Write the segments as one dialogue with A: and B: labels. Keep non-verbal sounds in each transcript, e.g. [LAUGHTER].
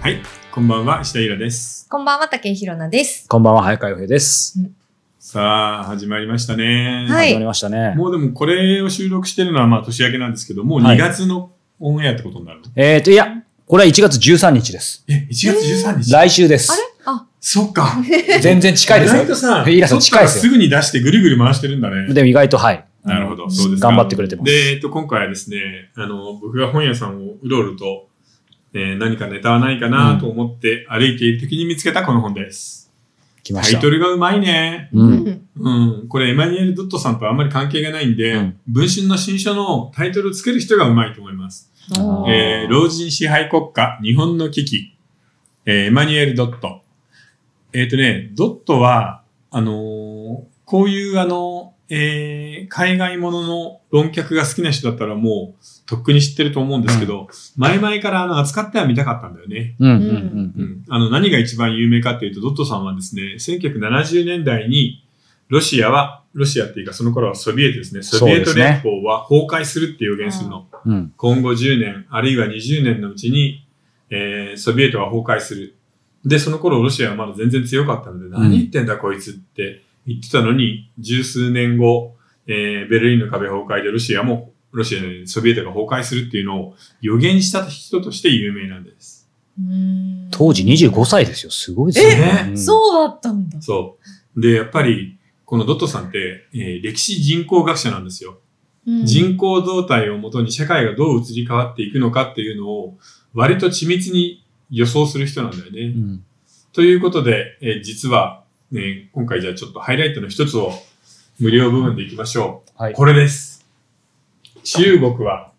A: はい、こんばんは、石田ゆらです。
B: こんばんは、竹井ひろなです。
C: こんばんは、早川洋平です。
A: さあ、始まりましたね。
B: はい
C: 始まりましたね。
A: もうでもこれを収録してるのはまあ年明けなんですけど、もう
C: は
A: 2
C: い
A: 月のオンエアってことになるの、
C: えっ、と、いや、これは1月13日です。
A: え、1月13日、
C: 来週です
B: あ。れあ、
A: そっか。
C: 全然近いです
A: 意外と
C: よ。
A: さ、
C: イラさん
A: 撮ったら
C: 近いです
A: すぐに出してぐるぐる回してるんだね。
C: でも意外とはい。
A: なるほど、そうですか
C: 頑張ってくれてます。
A: で、えっと、今回はですね、あの、僕が本屋さんをうろうろと、えー何かネタはないかなと思って歩いている時に見つけたこの本です。
C: 来ま
A: タ
C: し
A: イ
C: た
A: ト。ルがうまいね。
C: う。
B: うんん。
A: うん、これエマニュエル・ドットさんとあんまり関係がないんで、
C: うん
A: 文春の新書のタイトルをつける人がうまいと思います。
C: あー
A: えー老人支配国家、日本の危機、えーエマニュエル・ドット。えっ、とね、ドットは、あのーこういうあの、えー海外ものの論客が好きな人だったらもう、とっくに知ってると思うんですけど、前々からあの、扱ってはみたかったんだよね。
C: うん。うん。う。
A: うんんあの、何が一番有名かっていうと、ドットさんはですね、1970年代に、ロシアは、ロシアっていうかその頃はソビエトですね、ソビエト
C: そうです
A: 連
C: ね
A: 邦は崩壊するって予言するの。
C: うん。うん。
A: 今後10年、あるいは20年のうちに、えーソビエトは崩壊する。で、その頃ロシアはまだ全然強かったので、
C: ん
A: 何言ってんだこいつって言ってたのに、十数年後、えーベルリンの壁崩壊でロシアも、ロシアじゃない、ソビエトが崩壊するっていうのを予言した人として有名なんです。
B: うん
C: 当時25歳ですよ。すごいですね。うん
B: そうだったんだ。
A: そう。で、やっぱり、このドットさんって、えー歴史人口学者なんですよ。
B: うん
A: 人口動態をもとに社会がどう移り変わっていくのかっていうのを、割と緻密に予想する人なんだよね。
C: うん。
A: ということで、えー実は、ね、今回じゃあちょっとハイライトの一つを無料部分でいきましょう。
C: はい。
A: これです。中国は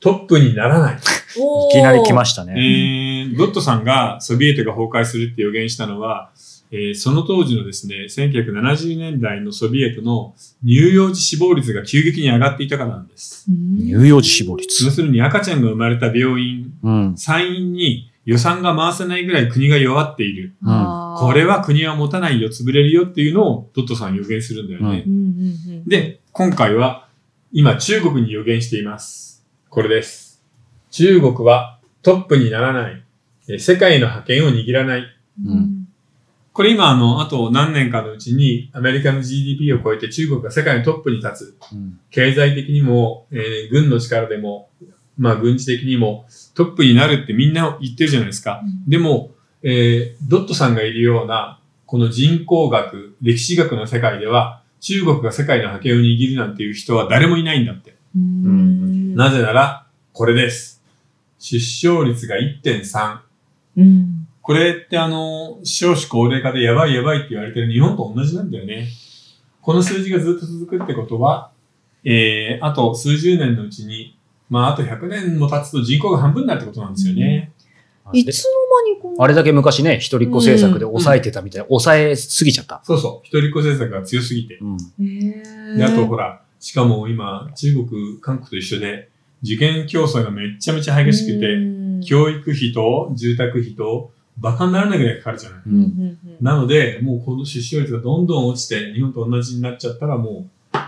A: トップにならない。
C: いきなり来ま
B: し
C: したね。
A: えー、ドットさんがソビエトが崩壊するって予言したのは、えーその当時のですね、1970年代のソビエトの乳幼児死亡率が急激に上がっていたからなんです。
B: た。
C: 乳幼児死亡率。
A: 要するに赤ちゃんが生まれた病院、
C: うん。
A: 産院に予算が回せないぐらい国が弱っている。
C: うん
B: あー
A: これは国は持たないよ、潰れるよっていうのをドットさん予言するんだよね。
B: うんうんうん
A: で、今回は今中国に予言しています。これです。中国はトップにならない。え世界の覇権を握らない。
C: うん
B: うん
A: これ今あの、あと何年かのうちにアメリカの GDP を超えて中国が世界のトップに立つ。
C: うん
A: 経済的にも、えー軍の力でも、まあ軍事的にもトップになるってみんな言ってるじゃないですか。でも、えードットさんがいるような、この人口学、歴史学の世界では、中国が世界の覇権を握るなんていう人は誰もいないんだって。
B: うん
A: なぜなら、これです。出生率が1.3。
B: うん
A: これってあの、少子高齢化でやばいやばいって言われてる日本と同じなんだよね。この数字がずっと続くってことは、えー、あと数十年のうちに、まああと100年も経つと人口が半分になるってことなんですよね。
B: いつの間にこう
C: あれだけ昔ね、一人っ子政策で抑えてたみたいな、抑えすぎちゃった。
A: そうそう。一人っ子政策が強すぎて。
C: うん。
A: で、
B: へ
A: あと
B: ー
A: ほら、しかも今、中国、韓国と一緒で、受験競争がめっちゃめちゃ激しくて、
B: うん
A: 教育費と住宅費と、バカにならないぐらいかかるじゃない。
B: う
C: う
B: んうん
C: ん。
B: うん
A: なので、もうこの出生率がどんどん落ちて、日本と同じになっちゃったらもう、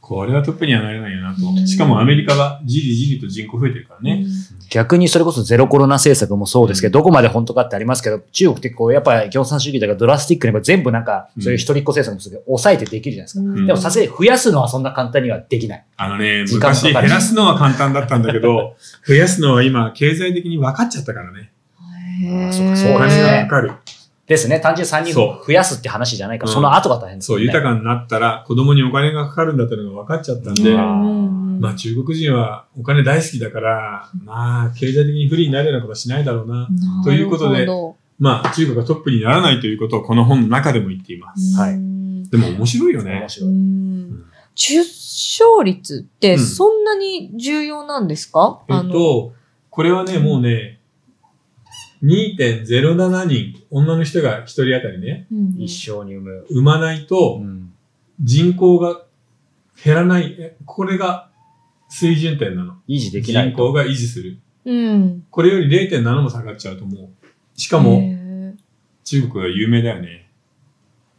A: これはトップにはなれないよな
B: う
A: と。
B: ん
A: しかもアメリカはじりじりと人口増えてるからね。
C: 逆にそれこそゼロコロナ政策もそうですけど、どこまで本当かってありますけど、中国ってこう、やっぱり共産主義だからドラスティックにやっぱ全部なんか
A: う、ん
C: そういう一人っ子政策もそうですけど、抑えてできるじゃないですか。
B: うん
C: でもさすがに増やすのはそんな簡単にはできない。
A: あのね、
C: 時間
A: 昔
C: か
A: 減
C: かる
A: らすのは簡単だったんだけ
C: [LAUGHS]
A: ど、増やすのは今経済的に分かっちゃったからね。
B: へー
C: そうかそう
A: お
C: か
A: 金がかかる。
C: ですね。単純に3
A: そ
C: 人増やすって話じゃないから、
A: うん
C: その後が大変です
A: そ
C: よ
A: う、
C: ね。
A: 豊かになったら子供にお金がかかるんだってのが分かっちゃったんで、
C: う
B: うんうんうん
A: まあ中国人はお金大好きだから、まあ経済的に不利になるようなことはしないだろうな。ということで
B: なるほ
A: まあ中国がトップにならないということをこの本の中でも言っていま
B: ど
A: す。
C: はい
B: うん
A: でも面白いよね
C: 面。白
B: う
C: い。
B: ん出生率ってそんなに重要なんですか、
A: え
B: あ
A: っ
B: の
A: と、これはね、もうね、2.07人、女の人が一人当たりね、
B: うんうん
C: 一生に産む。
A: 産まないと
C: うん
A: 人口が減らない、えこれが水準点なの。
C: 維持できない
A: 人
C: と。
A: 口が維持する。
B: うん。
A: これより0.7も下がっちゃうともう、しか
B: へ
A: も
B: ー
A: 中国は有名だよね。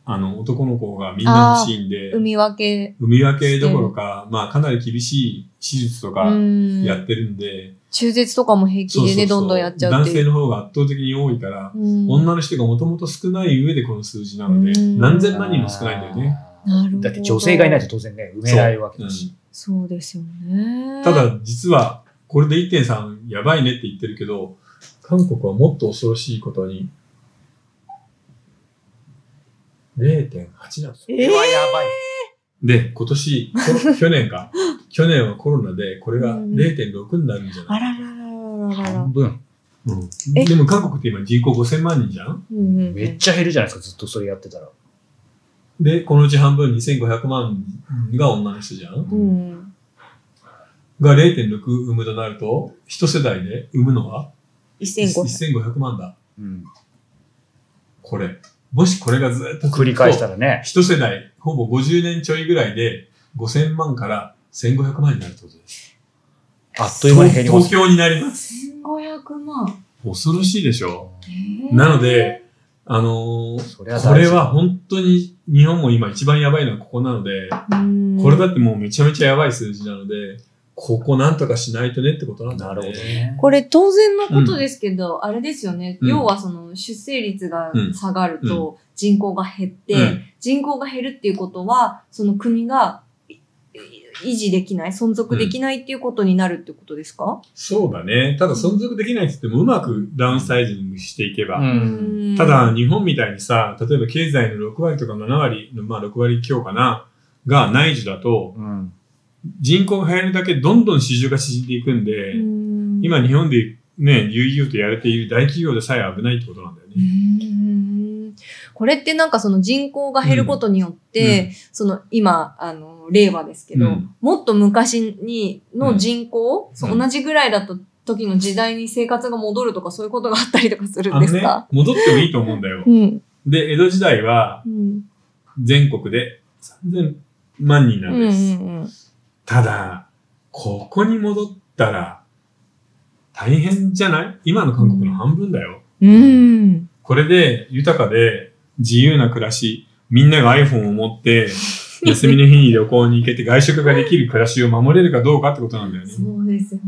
A: あの、男の子がみんな欲しいんで、
B: 海分け。
A: 海分けどころか、まあ、かなり厳しい手術とか
B: うん。
A: やってるんで、
B: 中絶とかも平気
A: そう
B: で
A: そう
B: ね、
A: そう
B: どんどんやっちゃうっ
A: 男
B: てい
A: 性
B: う。
A: の方が圧倒的に多いから、
B: うん
A: 女の人がもともと少ない上でこの数字なので、
B: うん
A: 何千万人も少ないんだよね。
B: なるほど。
C: だって女性がいないと当然ね、埋められるわけだし。
B: そうですよね。
A: た、だ、実は、これで1.3やばいねって言ってるけど、韓国はもっと恐ろしいことに、0.8なんですよ。
C: これはやばい。
A: で、今年、この去年
B: [LAUGHS]
A: か。去年はコロナで、これが
B: うん
A: 0.6になるんじゃ
B: あ
A: ない、
B: ららららららら
C: 半。分。
A: うん、
B: え
A: でも韓国って今人口5000万人じゃん
B: うんうん
C: めっちゃ減るじゃないですか、ずっとそれやってたら。
A: で、このうち半分2500万が女の人じゃん
B: うん。
A: が0.6産むとなると、一世代で産むのは
B: 1500。
A: 1500万だ。
C: うん。
A: これ。もしこれがずっと続くと
C: 繰り返したらね。
A: 一世代、ほぼ50年ちょいぐらいで、5000万から1500万になるってことです。
C: あっという間に減りま
A: 東
C: す。
A: 京になります。
B: 1500万。
A: 恐ろしいでしょ。
B: へー
A: なので、あのー
C: そりゃ大事
A: これは本当に日本も今一番やばいのはここなので、
B: うん、
A: これだってもうめちゃめちゃやばい数字なので、ここなんとかしないとねってことなんだ
C: な
A: よ
C: るほどね。
B: これ当然のことですけど、あれですよね、
A: うん
B: 要はその出生率が下がると人口が減って、
A: うん
B: 人口が減るっていうことは、その国がいい維持できない、存続できないっていうことになるってことですか、
A: そうだね。ただ存続できないって言ってもうまくダウンサイジングしていけば、
C: う。
B: うんん
A: ただ、日本みたいにさ、例えば経済の6割とか7割の、まあ6割強かな、が内需だと、
C: うん。
A: 人口が減るだけどんどん市場が縮んでいくんで、
B: うん、
A: 今日本でね、悠々とやれている大企業でさえ危ないってことなんだよ
B: う
A: ね。
B: んこれってなんかその人口が減ることによって、
A: うん
B: その今、あの、令和ですけど、
A: うん
B: もっと昔にの人口、そう同じぐらいだった時の時代に生活が戻るとかそういうことがあったりとかするん
A: あの
B: です
A: ね
B: か、、
A: 戻ってもいいと思うんだよ。
B: うん。
A: で、江戸時代は
B: うん。
A: 全国で3000万人な
B: うんんう
A: です。
B: んうん。
A: ただ、ここに戻ったら大変じゃない今の韓国の半分だよ。
B: うん。
A: これで豊かで自由な暮らし、みんなが iPhone を持って、休みの日に旅行に行けて外食ができる暮らしを守れるかどうかってことなんだよね。
B: そうですよね。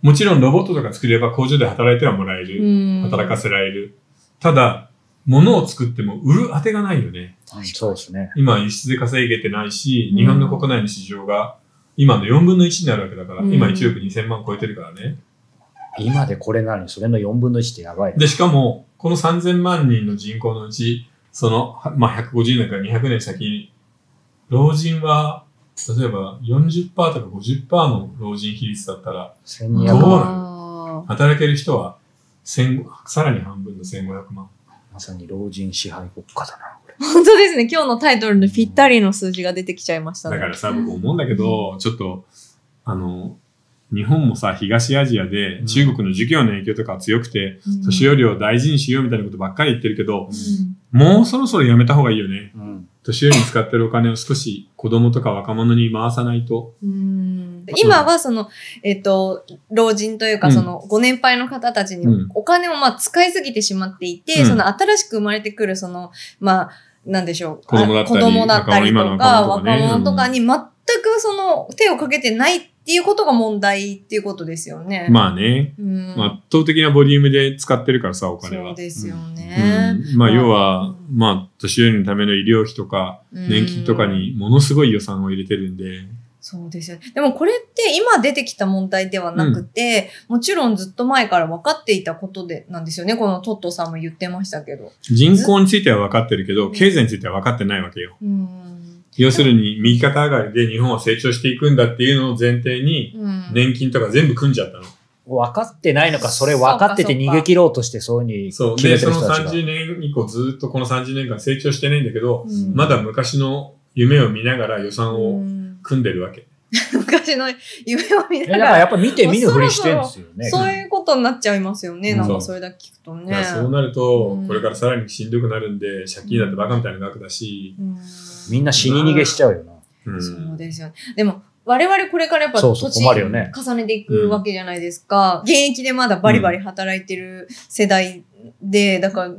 A: もちろんロボットとか作れば工場で働いてはもらえる。
B: うん。
A: 働かせられる。ただ、物を作っても売る当てがないよね。
C: そうですね。
A: 今輸出で稼げてないし、
B: うん
A: 日本の国内の市場が今の4分の1になるわけだから、
B: うん
A: 今1億2000万超えてるからね。
C: 今でこれなのに、それの4分の1ってやばいね。
A: で、しかも、この3000万人の人口のうち、その、はまあ、150年から200年先に、老人は、例えば40%とか50%の老人比率だったら、
C: 1200
A: どうな
C: 万。
B: あ
A: 働ける人は、1500さらに半分の1500万。
C: まさに老人支配国家だな、これ。
B: ー本当ですね。今日のタイトルのぴったりの数字が出てきちゃいましたね。
A: だからさ、僕思うんだけど、ちょっと、あの、日本もさ、東アジアで
C: うん
A: 中国の授業の影響とか強くて、
B: うん、
A: 年寄りを大事にしようみたいなことばっかり言ってるけど、
B: うん
A: もうそろそろやめた方がいいよね。
C: うん。
A: 年寄りに使ってるお金を少し子供とか若者に回さないと。
B: うん今はその、えっ、と、老人という
A: う
B: か、
A: ん
B: その、ご年配の方たちに
A: うん
B: お金をまあ使いすぎてしまっていて、
A: うん
B: その新しく生まれてくる、その、まあ、なんでしょう。
A: 子供だったり
B: あ子供だったり
A: 若者
B: と
A: 今
B: か、
A: の若者とかね
B: 若者とかに全くその、手をかけてないっていうことが問題っていうことですよね。あ、
A: まあね、
B: うん、
A: 圧倒的なボリュームで使ってるからさ、お金は。
B: そうですよね。
A: うん、まあ、
B: まあ
A: 要は、まあ、年寄りのための医療費とか、
B: うん
A: 年金とかにものすごい予算を入れてるんで、
B: そうですよね。でもこれって今出てきた問題ではなくて、もちろんずっと前から分かっていたことでなんですよね。このトットさんも言ってましたけど。
A: 人口については分かってるけど、経済については分かってないわけよ。
B: うん。
A: 要するに、右肩上がりで日本は成長していくんだっていうのを前提に、
B: うん。
A: 年金とか全部組んじゃったの。
C: 分かってないのか、それ分かってて逃げ切ろうとして、そういうふう
A: そ
C: に
A: う。
C: 決
A: で、
C: めて
A: そ
C: る
A: の
C: 人たちが。
A: 30年以降ずっとこの30年間成長してないんだけど、
B: うん
A: まだ昔の夢を見ながら予算
B: う
A: を
B: ん
A: 組んでるわけ。
B: 昔の夢を見
C: え、
B: なが
C: だから
B: ら、
C: やっぱ見て見ぬふりしてんですよね。
B: そういうことになっちゃいますよね。
C: うん
B: なんかそれだけ聞くと
A: だか
B: ね
A: ら。そうなると
B: うん、
A: これからさらにしんどくなるんで、借金だってバカみたいな額だし、
B: うん
C: みんな死に逃げしちゃうよな。
A: うん
B: そうですよね。でも、我々これからやっぱ
C: そうそう、
B: 土地
C: 困るよね。
B: 重ねていくわけじゃないですか。現役でまだバリバリ働いてる世代で、だから、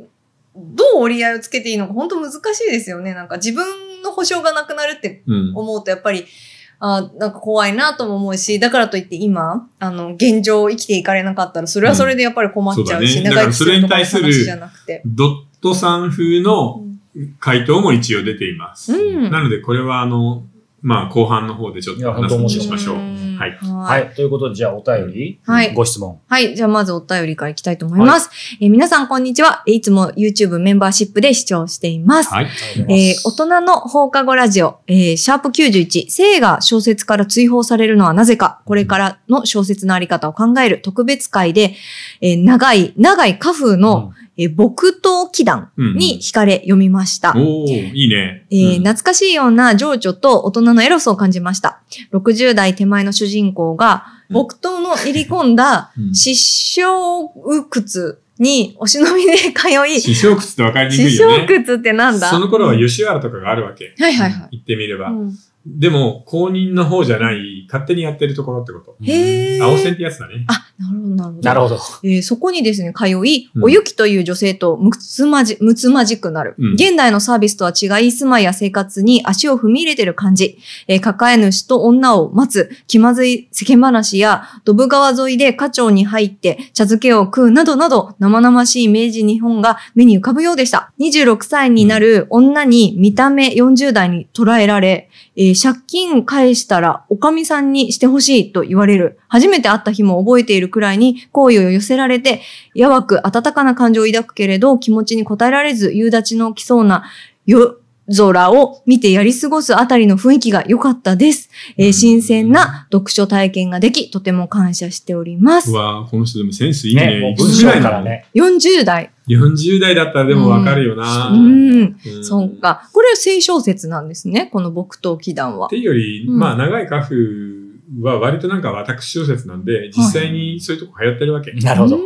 B: どう折り合いをつけていいのか本当難しいですよね。なんか自分の保証がなくなるって
A: うん。
B: 思うとやっぱり、あなんか怖いなとも思うし、だからといって今、あの、現状を生きていかれなかったら、それはそれでやっぱり困っちゃうし、
A: うんそうだね
B: 長生きするとかの
A: だからそれに対する
B: 話じゃなくて。
A: ドットさん風
B: う
A: の
B: ん
A: 回答も一応出ています。
B: うん
A: なので、これはあの、まあ、後半の方でちょっ
C: い
A: と
C: や
A: 話
C: 本
A: す
C: 当
A: の
C: 面
A: に
C: 白
A: しましょう。
B: ん
A: はい
C: は
B: はい
C: い。ということで、じゃあ、お便り、
B: はい
C: ご質問。
B: はい。じゃあ、まずお便りからいきたいと思います。えー皆さん、こんにちは。えーいつも YouTube メンバーシップで視聴しています。
A: はい。
B: えー大人の放課後ラジオ、えーシャープ91、生が小説から追放されるのはなぜか、これからの小説のあり方を考える特別会で、えー長い、長い花風の、えー木刀祈願
A: うん
B: に惹かれ読みました。
A: おおいいね。
B: えー
A: うん
B: 懐かしいような情緒と大人のエロスを感じました。60代手前の主人公が、
A: うん
B: 木刀の入り込んだ
A: うん
B: 失笑靴にお忍びで通い、
A: 師匠靴って分かりにくい
B: 失
A: よ
B: 笑
A: ね。
B: 靴ってなんだ
A: その頃は吉原とかがあるわけ。
B: はいはいはい。
A: 言ってみれば。
B: うん
A: でも、公認の方じゃない、勝手にやってるところってこと。
B: へー
A: 青線ってやつだね。
B: あ、なるほど、なるほど。
C: なるほど。
B: えーそこにですね、通い
A: うん、
B: おゆきという女性とむつまじ、むつまじくなる。
A: うん
B: 現代のサービスとは違い、住まいや生活に足を踏み入れてる感じ。えー抱え主と女を待つ、気まずい世間話や、ドブ川沿いで花鳥に入って茶漬けを食うなどなど、生々しい明治日本が目に浮かぶようでした。26歳になる女に見た目40代に捉えられ、えー借金返したらおかみさんにしてほしいと言われる。初めて会った日も覚えているくらいに好意を寄せられて、やわく温かな感情を抱くけれど、気持ちに応えられず、夕立の来そうな夜空を見てやり過ごすあたりの雰囲気が良かったです。えー新鮮な読書体験ができ、とても感謝しております
A: う。わーこの人でもセンスいい
C: ね、
A: ね。
C: もう
A: いく
C: 文
A: つ
C: 章
A: ぐらい
C: か
A: な
C: ら
A: の
C: ね。
B: 40代。
A: 40代だったらでも分かるよな。
B: うん。
A: ん
B: そう。か。これは清小説なんですね。この木刀祈願は
A: って。いうより、
B: うん
A: まあ、長い花風は割となんか私小説なんで、実際にそういうとこ流行ってるわけ。
C: なるほど。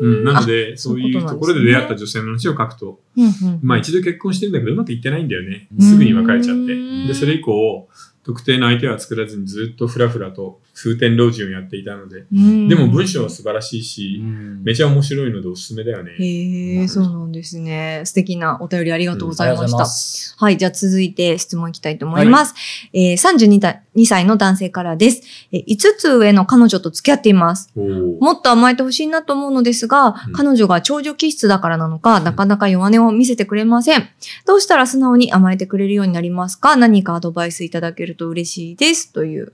A: うん。なので、そうい
B: そういう
A: う
B: ことなんです
A: と
B: ね
A: ころで出会った女性の話を書くと、
B: うんうん
A: まあ一度結婚してるんだけどうまくいってないんだよね
C: う。ん
A: すぐに別れちゃっ
B: うん
A: て。で、それ以降、特定の相手は作らずにずっとふらふらと風天老人をやっていたので。
B: うん
A: でも文章は素晴らしいし、
C: め
A: めちゃ面白いのでおすすめだよね。
B: へえ、そうなんですね。素敵なお便りありがとうございました。
C: す。
B: はい、じゃあ続いて質問いきたいと思います。えー32歳2歳の男性からです、えー5つ上の彼女と付き合っています。
A: おー
B: もっと甘えてほしいなと思うのですが、
A: うん
B: 彼女が長女気質だからなのか、なかなか弱音を見せてくれません。どうしたら素直に甘えてくれるようになりますか何かアドバイスいただけると嬉しいです。という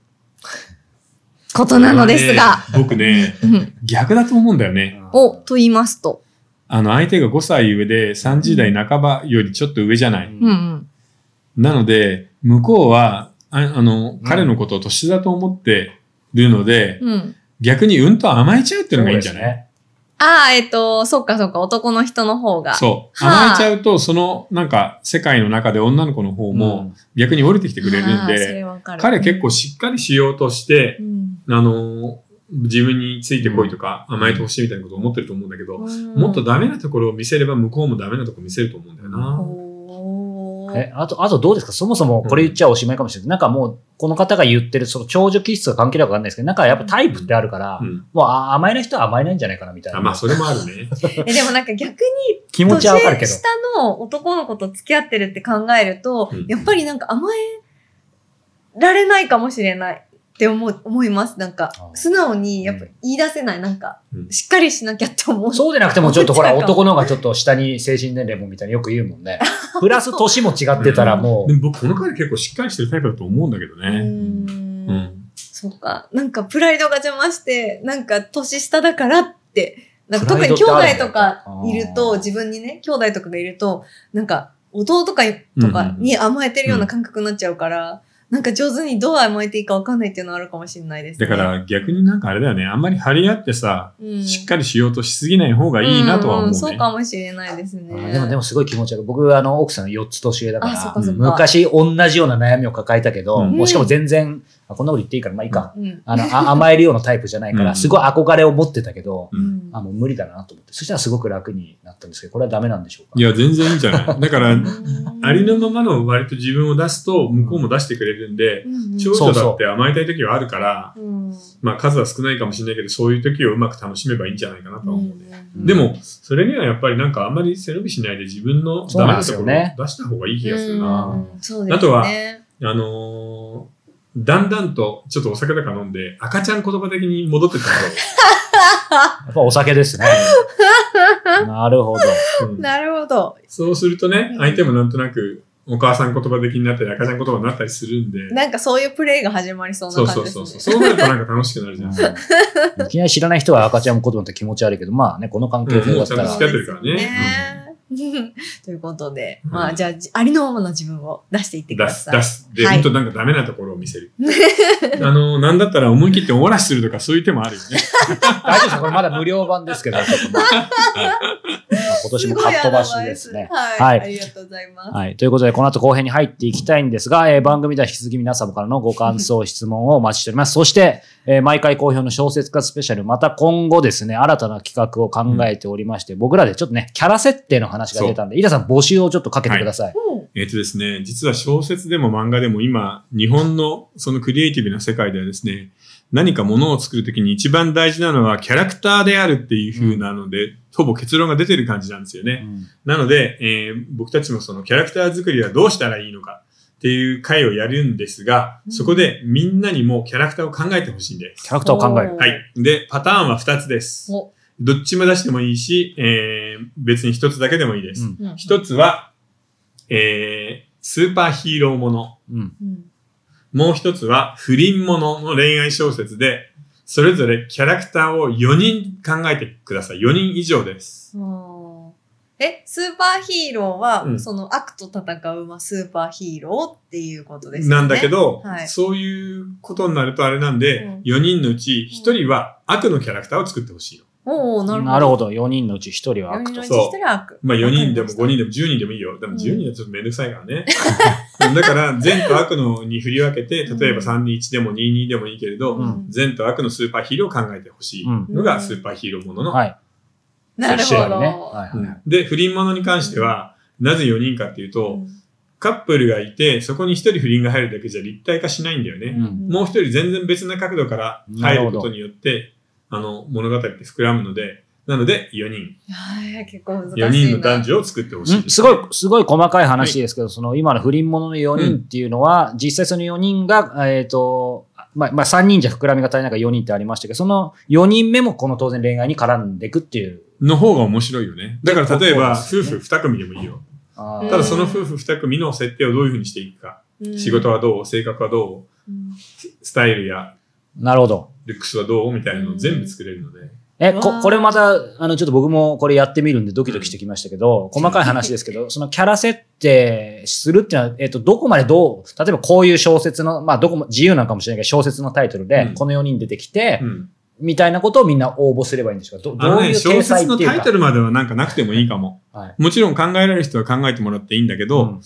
B: ことなのですが。
A: これはね。僕ね、
B: うん
A: 逆だと思うんだよね。
B: お、と言いますと。
A: あの、相手が5歳上で30代半ばよりちょっと上じゃない。
B: うんうん。
A: なので、向こうは、ああの、彼のことを年だと思ってるので、
B: うん。
A: 逆にうんと甘えちゃうっていうのがいいんじゃない
B: ああ、えっと、そっかそっか、男の人の方が。
A: そう。
B: はあ
A: 甘えちゃうと、その、なんか、世界の中で女の子の方も、逆に降りてきてくれるん
B: あーそれ
A: で、
B: わかる
A: 彼結構しっかりしようとして、
B: うん
A: あの、自分についてこいとか、甘えてほしいみたいなことを思ってると思うんだけど、もっとダメなところを見せれば、向こうもダメなところ見せると思うんだよな。
B: おー
C: え、あと、あとどうですかそもそもこれ言っちゃおしまいかもしれない。なんかもう、この方が言ってる、その長女気質が関係なくわかんないですけど、なんかやっぱタイプってあるから、
A: うん。
C: もうあ甘えない人は甘えないんじゃないかなみたいな。
A: あまあ、それもあるね。
B: えでもなんか逆に
C: 気持
B: 年
C: ちはわかるけど。
B: 下の男の子と付き合ってるって考えると、
A: うん
B: やっぱりなんか甘えられないかもしれないって思う思います。なんか
C: あー
B: 素直にやっぱ言い出せない。なんか
A: うん
B: しっかりしなきゃって思う。
C: そうでなくても、ちょっとほら、
B: 思っちゃうかも
C: 男の方がちょっと下に精神年齢もみたいによく言うもんね。プラス年も違ってたらも
A: でも僕、この彼結構しっかりしてるタイプだと思うんだけど
B: うー
A: ね。
B: ん
A: うん。
B: そうか。なんかプライドが邪魔して、なんか年下だからって、なんか特
C: プライ
B: に
C: ドっ
B: 兄
C: てある
B: 弟とかいる
C: あ
B: と、
C: ー
B: 自分にね、兄弟とかがいると、なんか弟とかとかに甘えてるような感覚になっちゃうから、なんか上手にどう甘えていいかわかんないっていうのはあるかもしれないですね。
A: だか、ら逆になんかあれだよね。あんまり張り合ってさ、
B: うん、
A: しっかりしようとしすぎない方がいいなとは思う
B: うん
A: ね。
B: そうかもしれないです
C: う。
B: ね。
C: あーでも、でもすごい気持ち悪い。僕、あの、奥さん4つ年上だか
B: あ、そっ
C: ら
B: か、そっか。
C: 昔同じような悩みを抱えたけど、
A: うん
C: もうしかも全然、あこんなこと言っていいから、まあいいか。
B: うん。
C: あの、あ甘えるようなタイプじゃないか
A: う
C: ら、
A: ん
C: すごい憧れを持ってたけど、
A: うん
C: あ、もう無理だなと思って。そしたらすごく楽になったんですけど、これはダメなんでしょうか
A: いや、全然いいんじゃ
C: [LAUGHS]
A: ないだから、
B: うん
A: ありのままの割と自分を出すと、向こうも出してくれるんで、
B: うんうん
A: 長女だって甘えたい時はあるから、
B: うん
A: まあ数は少ないかもしれないけど、そういう時をうまく楽しめばいいんじゃないかなとは思うね。
C: うん
A: でも、それにはやっぱりなんかあんまり背伸びしないで自分の
C: そう
A: ダメ
C: なん
A: な
C: で
A: とこ
C: すよ
A: ろを
C: ね
A: 出した方がいい気がするな。
B: うんそうですね。
A: あとはあのーだんだんと、ちょっとお酒とか飲んで、赤ちゃん言葉的に戻ってった
C: やっぱお酒です
A: [LAUGHS]
C: ね。なるほど。 [LAUGHS]
A: の、うん
B: なるほど。
A: そうするとね
B: う、ん
A: 相手もなんとなく、お母さん言葉的になったり、赤ちゃん言葉になったりするんで、
B: なんかそういうプレイが始まりそう
A: そう
B: な感
A: そ
B: じ
A: う
B: です
A: そ
B: ね。
A: うそう。そうなるとなんか楽しくなるじゃん。
C: いきなり知らない人は赤ちゃん言葉って気持ち悪いけど、まあね、この関係性だった
A: うんも
C: ら
A: うちゃんと付き合ってるからね
B: そうですよねということで、
A: うん
B: まあじゃあじありのままの自分を出していってく
A: 出
B: だ
A: す、
B: さ
A: 出
B: い。
A: す。で、
B: はい
A: 本当なんかダメなところを見せ
B: [LAUGHS]
A: る。あの、なんだったら思い切っておらしするとかそういう手もあるよね。 [LAUGHS]
C: 大丈夫ですかこれまだ無料版ですけど、ちょっとまあまあ今年もかっ飛ばしですね
B: ご。いアドバイス
C: は
B: はいい。ありがとうございます。
C: はい。ということで、この後後編に入っていきたいんですが、えー番組では引き続き皆様からのご感想、質問をお待ちしております。そして、えー毎回好評の小説家スペシャル、また今後ですね、新たな企画を考えておりまして、僕らでちょっとね、キャラ設定の話が出たんで、飯田さん募集をちょっとかけてください。
B: うん
A: えっとですね、実は小説でも漫画でも今、日本のそのクリエイティブな世界ではですね、何かものを作るときに一番大事なのはキャラクターであるっていう風なので、ほぼ結論が出てる感じなんですよね。
C: うん
A: なので、えー僕たちもそのキャラクター作りはどうしたらいいのかっていう回をやるんですが、
B: うん
A: そこでみんなにもキャラクターを考えてほしいんです。
C: キャラクターを考える。
B: おー
A: はい。で、パターンは2つです
B: お。
A: どっちも出してもいいし、えー別に1つだけでもいいです。
C: うん
B: うん
A: 一つは、えー、スーパーヒーローもの。
C: うん。
B: うん
A: もう一つは、不倫ものの恋愛小説で、それぞれキャラクターを4人考えてください。4人以上です。
B: そうえ、スーパーヒーローは、
A: うん
B: その悪と戦うまあスーパーヒーローっていうことですよね。
A: なんだけど、
B: はい
A: そういうことになるとあれなんで、
B: うん
A: 4人のうち1人は悪のキャラクターを作ってほしいの。
B: おおなるほど。
C: なるほど。4人のうち1人は
B: 4
C: 悪
B: 人
C: と
B: のう。ち
A: そう
B: 1人は悪。
A: まあ4人でも5
B: 人。
A: 人でも10人でもいいよ。でも10人はちょっとめんどくさいからね。 [LAUGHS] だから、善と悪のに振り分けて、例えば321でも22でもいいけれど、
C: うん
A: 善と悪のスーパーヒーローを考えてほしい。
C: うん。
A: のがスーパーヒーローものの。
C: はい。
B: なる
C: セ
B: ほ
C: クシュア
B: ど。
C: ルね。はいはいはい。
A: で、不倫ものに関しては、なぜ4人かっていうと、カップルがいて、そこに1人不倫が入るだけじゃ立体化しないんだよ
C: う
A: ね。
C: ん。
A: もう1人全然別な角度から入ることによって、あの、物語って膨らむので、なので4人、
B: はい、結構難しいな。
A: 4人の男女を作ってほしい
C: うん
A: です。
C: すごい、すごい細かい話ですけど、その今の不倫者の4人っていうのは、実際その4人が、えっ、と、まあ、まあ、3人じゃ膨らみが足りないから4人ってありましたけど、その4人目もこの当然恋愛に絡んでいくっていう。
A: の方が面白いよね。だから例えば、
C: そう
A: 夫
C: です
A: 婦2
C: ね
A: 組でもいいよ。
C: あー
A: ただその夫婦2組の設定をどういうふうにしていくか。
B: うん
A: 仕事はどう性格はどう
B: うん
A: スタイルや
C: なるほど。
A: ルックスはどうみたいなのを全部作れるので。
C: え、
B: わ
C: こ、
B: ー
C: これまた、あの、ちょっと僕もこれやってみるんでドキドキしてきましたけど、細かい話ですけど、 [LAUGHS] そのキャラ設定するっていうのは、えっ、と、どこまでどう、例えばこういう小説の、まあ、どこも自由なのかもしれないけど、小説のタイトルで、
A: うん
C: この4人出てきて、
A: うん。
C: みたいなことをみんな応募すればいいんでしょうかど
A: あ
C: ど
A: の
C: うい
A: ね、
C: う掲
A: 小
C: 載
A: 説
C: っ
A: の
C: ていうか。
A: タイトルまではなんかなくてもいいかも。
C: はい。
A: もちろん考えられる人は考えてもらっていいんだけど、
C: うん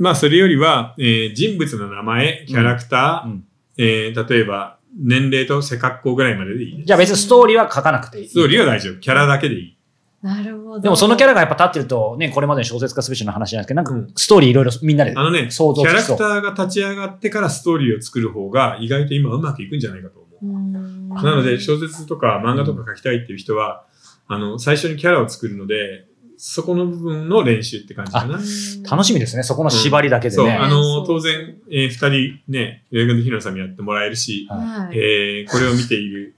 A: まあそれよりは、えー人物の名前、キャラクター、
C: うん
A: えー例えば年齢と背格好ぐらいまででいいです。
C: じゃあ別にストーリーは書かなくていい。
A: ストーリーは大丈夫。キャラだけでいい。
B: なるほど。
C: でもそのキャ
B: ラ、
C: ラがやっぱ立ってると、ね、これまでの小説家スペシャルの話じゃないですけど、な
A: うんん
C: かストーリーいろいろみんなで
A: あのね、キ
C: 想像
A: ャ
C: で
A: ラ
C: きそ
A: ク
C: う
A: タ。ーが立ち上がってからストーリーを作る方が意外と今うまくいくんじゃないかと思う。な
B: な
A: ので小説とか漫画とか書きたいっていう人は、あの、最初にキャラを作るので、そこの部分の練習って感じかな。
C: 楽しみですね、そこの縛りだけで
A: そう、
C: ね。
A: あ
B: そう
A: の、当然、えー二人ね、予約の日のさんもやってもらえるし、
C: み
B: はい。
A: えーこれを見ている、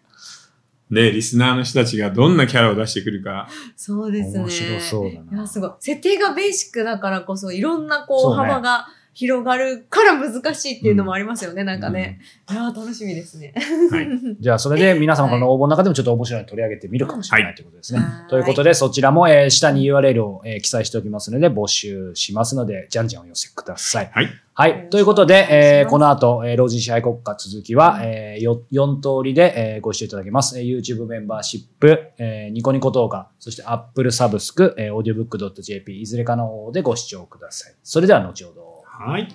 A: ね、リスナーの人たちがどんなキャラを出してくるか、
B: そうですね。
C: 面白そうだ
B: い
C: な
B: や、。すごい。設定がベーシックだからこそ、いろんなこ、
C: そううね
B: 幅が広がるから難しいっていうのもありますよね、なんかね。いやー、楽しみですね。
A: はい
C: じゃあ、それで皆様この応募の中でもちょっと面白いの取り上げてみるかもしれな
A: はいい
C: ということですね。
B: はい
C: ということで、そちらも、えー下に URL を、えー記載しておきますので、募集しますので、じゃんじゃんお寄せください。
A: はい。
C: ということで、え
B: お願いしま
C: ー
B: す
C: この後、えー老人支配国家続きは
B: う、ん
C: え4通りで、えーご視聴いただけます。えー YouTube メンバーシップ、えーニコニコ動画、そして Apple サブスク、えー audiobook.jp、いずれかの方でご視聴ください。それでは後ほど。
A: はい。